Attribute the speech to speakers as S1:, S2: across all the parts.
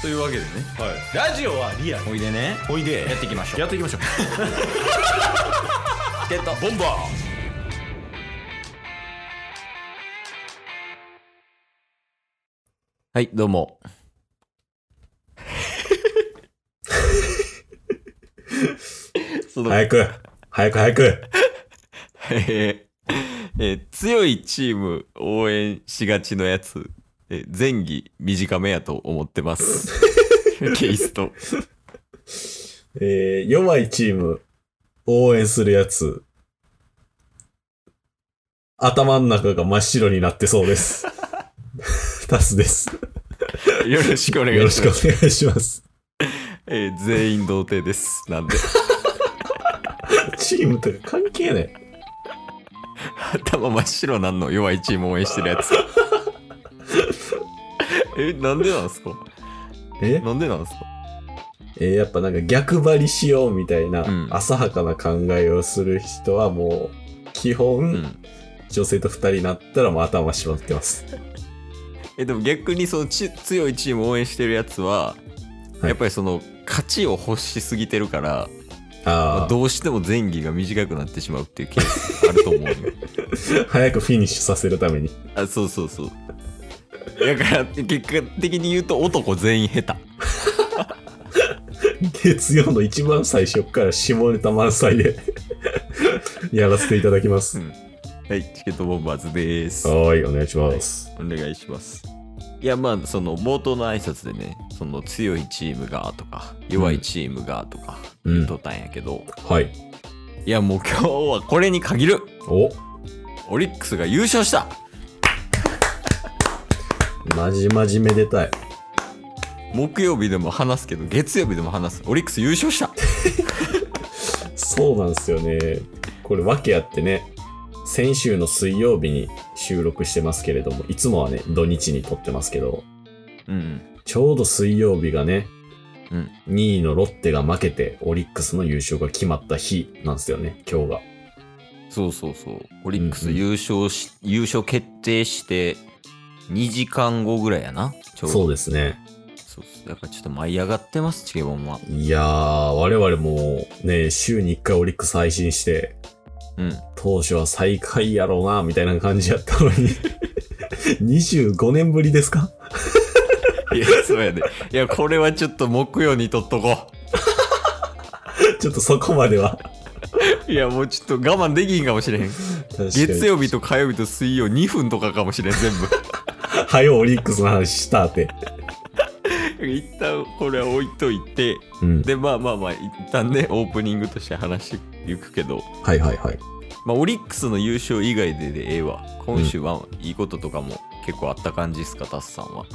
S1: というわけでね
S2: はい、ラジオはリアル
S1: おいでね
S2: おいで
S1: やっていきましょう
S2: やっていきましょう
S1: ってた
S2: ボンバ
S1: はいどうもその、
S2: 早く早く早く
S1: えーえー強いチーム応援しがちのやつ、えー前儀短めやと思ってます ケイスト
S3: えー、弱いチーム、応援するやつ、頭の中が真っ白になってそうです。 タスです。よ
S1: よろしくお願いし
S3: ろ
S1: ま
S3: し
S1: す
S3: くお願いします。
S1: えー全員童貞ですなんで
S3: チームとか関係ない。
S1: 頭真っ白なんの弱いチーム応援してるやつ えなんでなんすか
S3: え
S1: なんでなんすか
S3: えーやっぱなんか逆張りしようみたいな
S1: うん
S3: 浅はかな考えをする人はもう基本、
S1: うん
S3: 女性と二人になったらもう頭真っ白になってます。
S1: えでも逆にそのち強いチーム応援してるやつは、
S3: はい
S1: やっぱりその勝ちを欲しすぎてるからま
S3: あ
S1: あ
S3: あ、
S1: どうしても前儀が短くなってしまうっていうケースあると思うよ
S3: 早くフィニッシュさせるために。
S1: あそうそうそうだから結果的に言うと男全員下手
S3: 月曜の一番最初から下ネタ満載で やらせていただきます。
S1: はいチケットボンバーズですお
S3: はーい、お願いします。
S1: 願いしますいやまあその冒頭の挨拶でねその強いチームがとか弱いチームがとか
S3: うん
S1: 言っとったんやけど、
S3: はい。
S1: いやもう今日はこれに限る
S3: お
S1: オリックスが優勝した
S3: まじまじめでたい。
S1: 木曜日でも話すけど月曜日でも話すオリックス優勝した
S3: そうなんですよね。これ訳あってね、先週の水曜日に収録してますけれども、いつもはね、土日に撮ってますけど、
S1: うん
S3: ちょうど水曜日がね、
S1: うん
S3: 2位のロッテが負けて、オリックスの優勝が決まった日なんですよね、今日が。
S1: そうそうそうオリック
S3: う
S1: ス
S3: んうん
S1: 優勝し、優勝決定して2時間後ぐらいやなちょ
S3: そう
S1: う
S3: ですね。
S1: どそうそうだからちょっと舞い上がってますチケボンはい
S3: やー、我々もね、週に1回オリックス配信して、
S1: うん
S3: 当初は最下位やろうな、みたいな感じやったのに、25年ぶりですか
S1: いやそうやで、いやこれはちょっと木曜にとっとこ
S3: ちょっとそこまでは。
S1: ういやもうちょっと我慢できひんかもしれへん
S3: 確かに
S1: 月曜日と火曜日と水曜2分とかかも しれん全部
S3: はよ、オリックスの話したって。
S1: 一旦これは置いといて
S3: うん。
S1: でまあまあまあ一旦ねオープニングとして話していくけど
S3: はいはいはい。
S1: まあ、オリックスの優勝以外ででええわ。今週はいいこととかも結構あった感じですか、タスさんは。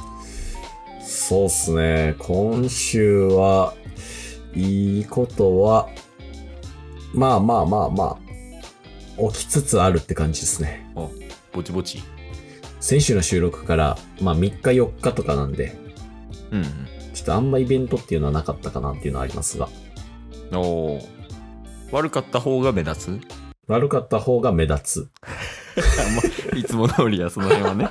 S3: そうっすね。今週は、いいことは、まあまあまあまあ、起きつつあるって感じですね。
S1: ぼちぼち。
S3: 先週の収録から、まあ3日4日とかなんで、
S1: うん、
S3: ちょっとあんまイベントっていうのはなかったかなっていうのはありますが、
S1: うん。おお。悪かった方が目立つ
S3: 悪かった方が目立
S1: あんまいつも通りや、その辺は ね。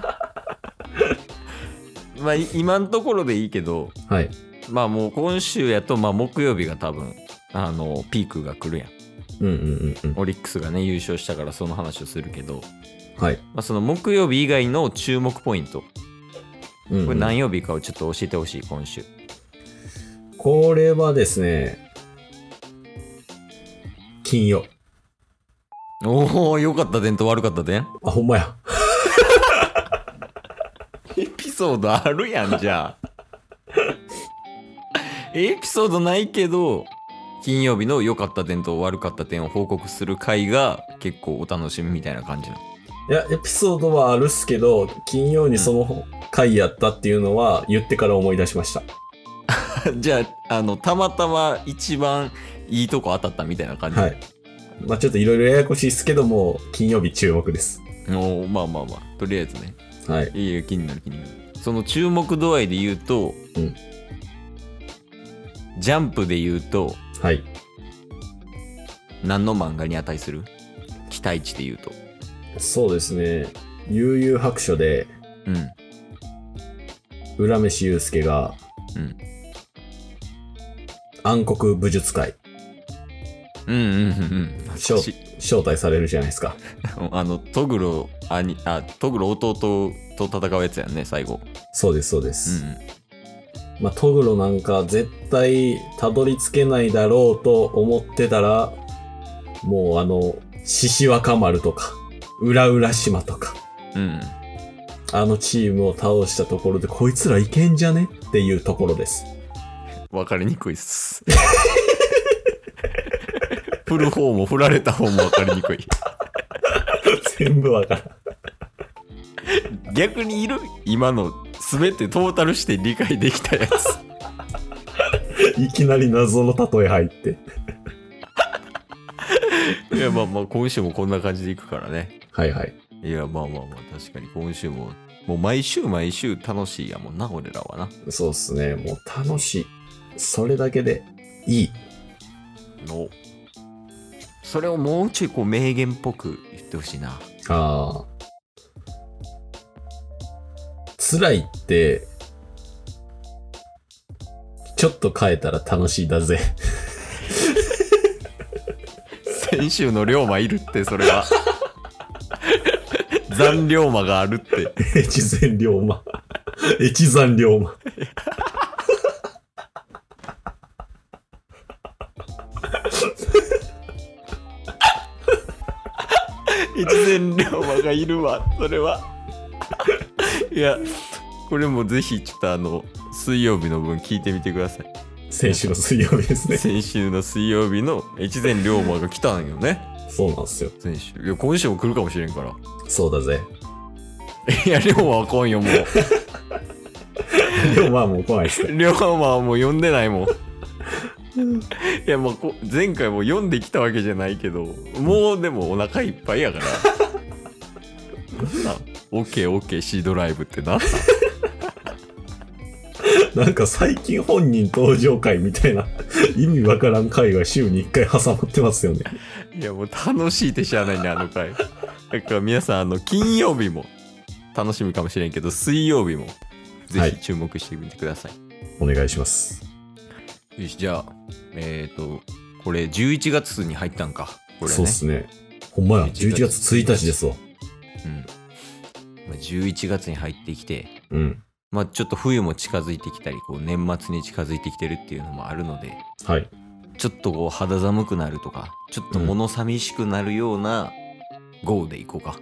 S1: まあ、い今のところでいいけど、
S3: つ。はい。
S1: まあもう今週やと、まあ木曜日が多分、あの、ピークが来るやん。
S3: うんうんうんうん。
S1: オリックスがね、優勝したからその話をするけど、
S3: はい。
S1: まあその木曜日以外の注目ポイント、
S3: うんうん
S1: これ何曜日かをちょっと教えてほしい、今週。
S3: これはですね、金曜。
S1: おお、良かった点と悪かった点
S3: あ、ほんまや。
S1: エピソードあるや ん、じゃあ。エピソードないけど、金曜日の良かった点と悪かった点を報告する回が結構お楽しみみたいな感じなの。
S3: いや、エピソードはあるっすけど、金曜にその回やったっていうのは言ってから思い出しました。
S1: じゃあ、あの、たまたま一番いいとこ当たったみたいな感じ。
S3: はい。まあちょっといろいろややこしいっすけども、金曜日注目です。
S1: おーまあまあまあ、とりあえずね。
S3: はい。
S1: いやいや、気になる気になる。その注目度合いで言うと、
S3: うん
S1: ジャンプで言うと、
S3: はい。
S1: 何の漫画に値する期待値で言うと。
S3: そうですね。悠々白書で、
S1: うん。
S3: 浦飯祐介が、
S1: うん
S3: 暗黒武術会、
S1: うんうんうんうん
S3: しょう
S1: し
S3: 招待されるじゃないですか。
S1: あのトグロ兄あトグロ弟と戦うやつやんね最後
S3: そうです、そうで
S1: う
S3: す。
S1: ん
S3: まあ、トグロなんか絶対たどり着けないだろうと思ってたら、もうあの、獅子若丸とか、浦浦島とか、
S1: うん
S3: あのチームを倒したところで、こいつらいけんじゃねっていうところです。
S1: 分かりにくいっす 振る方も振られた方も分かりにくい
S3: 全部わからん。
S1: 逆にいる今の全てトータルして理解できたやつ
S3: いきなり謎の例え入って。
S1: いやまあまあ今週もこんな感じでいくからね
S3: はいはい。
S1: いやまあまあまあ確かに今週ももう毎週毎週楽しいやもんな俺らはな
S3: そうっすね。もう楽しい。それだけでいい。
S1: のそれをもうちょいこう名言っぽく言ってほしいな
S3: ああ。辛いって、ちょっと変えたら楽しいだぜ。
S1: 先週の龍馬いるってそ れは残龍馬があるって
S3: 越前龍馬。 越山龍馬。
S1: 一前龍馬がいるわそれは いやこれもぜひちょっとあの水曜日の分聞いてみてください
S3: 先週の水曜日ですね。
S1: 先週の水曜日の越前龍馬が来たんよね
S3: そうなんですよ。
S1: 先週いや今週も来るかもしれんから
S3: そうだぜ。
S1: いや龍馬は来んよもう
S3: 龍馬はもう来ないっすね。
S1: 龍馬はもう呼んでないも んいやもうこ前回も読んできたわけじゃないけどもうでもお腹いっぱいや からなんなん OKOKC ドライブってな
S3: なんか最近本人登場会みたいな意味わからん会が週に1回挟まってますよね。
S1: いやもう楽しいって知らないねあの回だから皆さんあの金曜日も楽しみかもしれんけど水曜日もぜ
S3: は
S1: ひ
S3: い
S1: 注目してみてください、
S3: お願いします。
S1: よしじゃあえっ、とこれ11月に入ったんかこれね
S3: そうっすね。ほんまや、
S1: 11
S3: 11
S1: 月
S3: 月1日ですわ。
S1: うんまあ11月に入ってきて
S3: うん。
S1: まあちょっと冬も近づいてきたりこう年末に近づいてきてるっていうのもあるので
S3: はい。
S1: ちょっとこう肌寒くなるとかちょっと物寂しくなるような号でいこうか、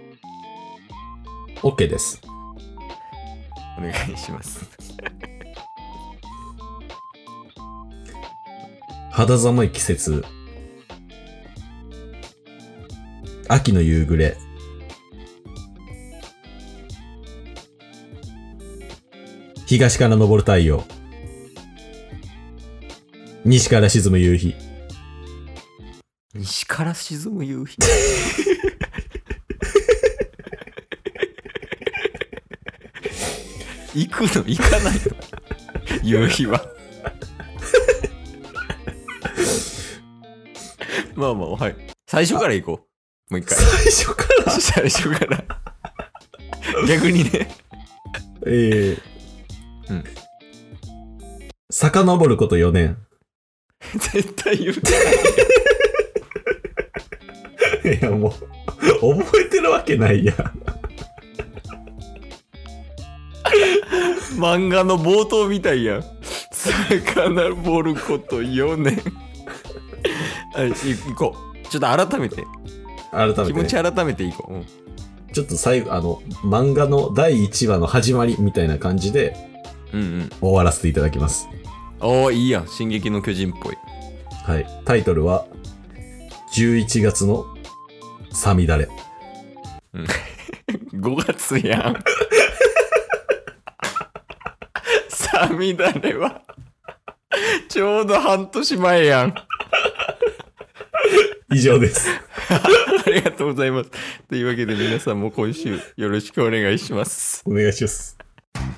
S3: OK です。
S1: お願いします
S3: 肌寒い季節。秋の夕暮れ。東から昇る太陽。西から沈む夕日。
S1: 西から沈む夕日行くの行かないの夕日はまあまあはい最初から行こうもう一回
S3: 最初から
S1: 最初から逆にね
S3: ええ
S1: うん
S3: 遡ること4年。
S1: 絶対言うて
S3: いや、もう、覚えてるわけないやん。
S1: 漫画の冒頭みたいやん魚ボること4年はい行こうちょっと改めて
S3: 改め
S1: 気
S3: て、
S1: 持
S3: ね、
S1: ち
S3: ち
S1: 改めていこう、うん
S3: ょっと最後、あの、漫画の第1話の始まりみたいな感じで
S1: うんうん。
S3: 終わらせていただきます。
S1: おー、いいやん。進撃の巨人っぽい。
S3: はい。タイトルは、11月のサミダレ。
S1: 5月やん。 さみだれは、ちょうど半年前やん。
S3: 以上です。
S1: ありがとうございます。というわけで皆さんも今週よろしくお願いします。
S3: お願いします。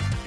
S2: す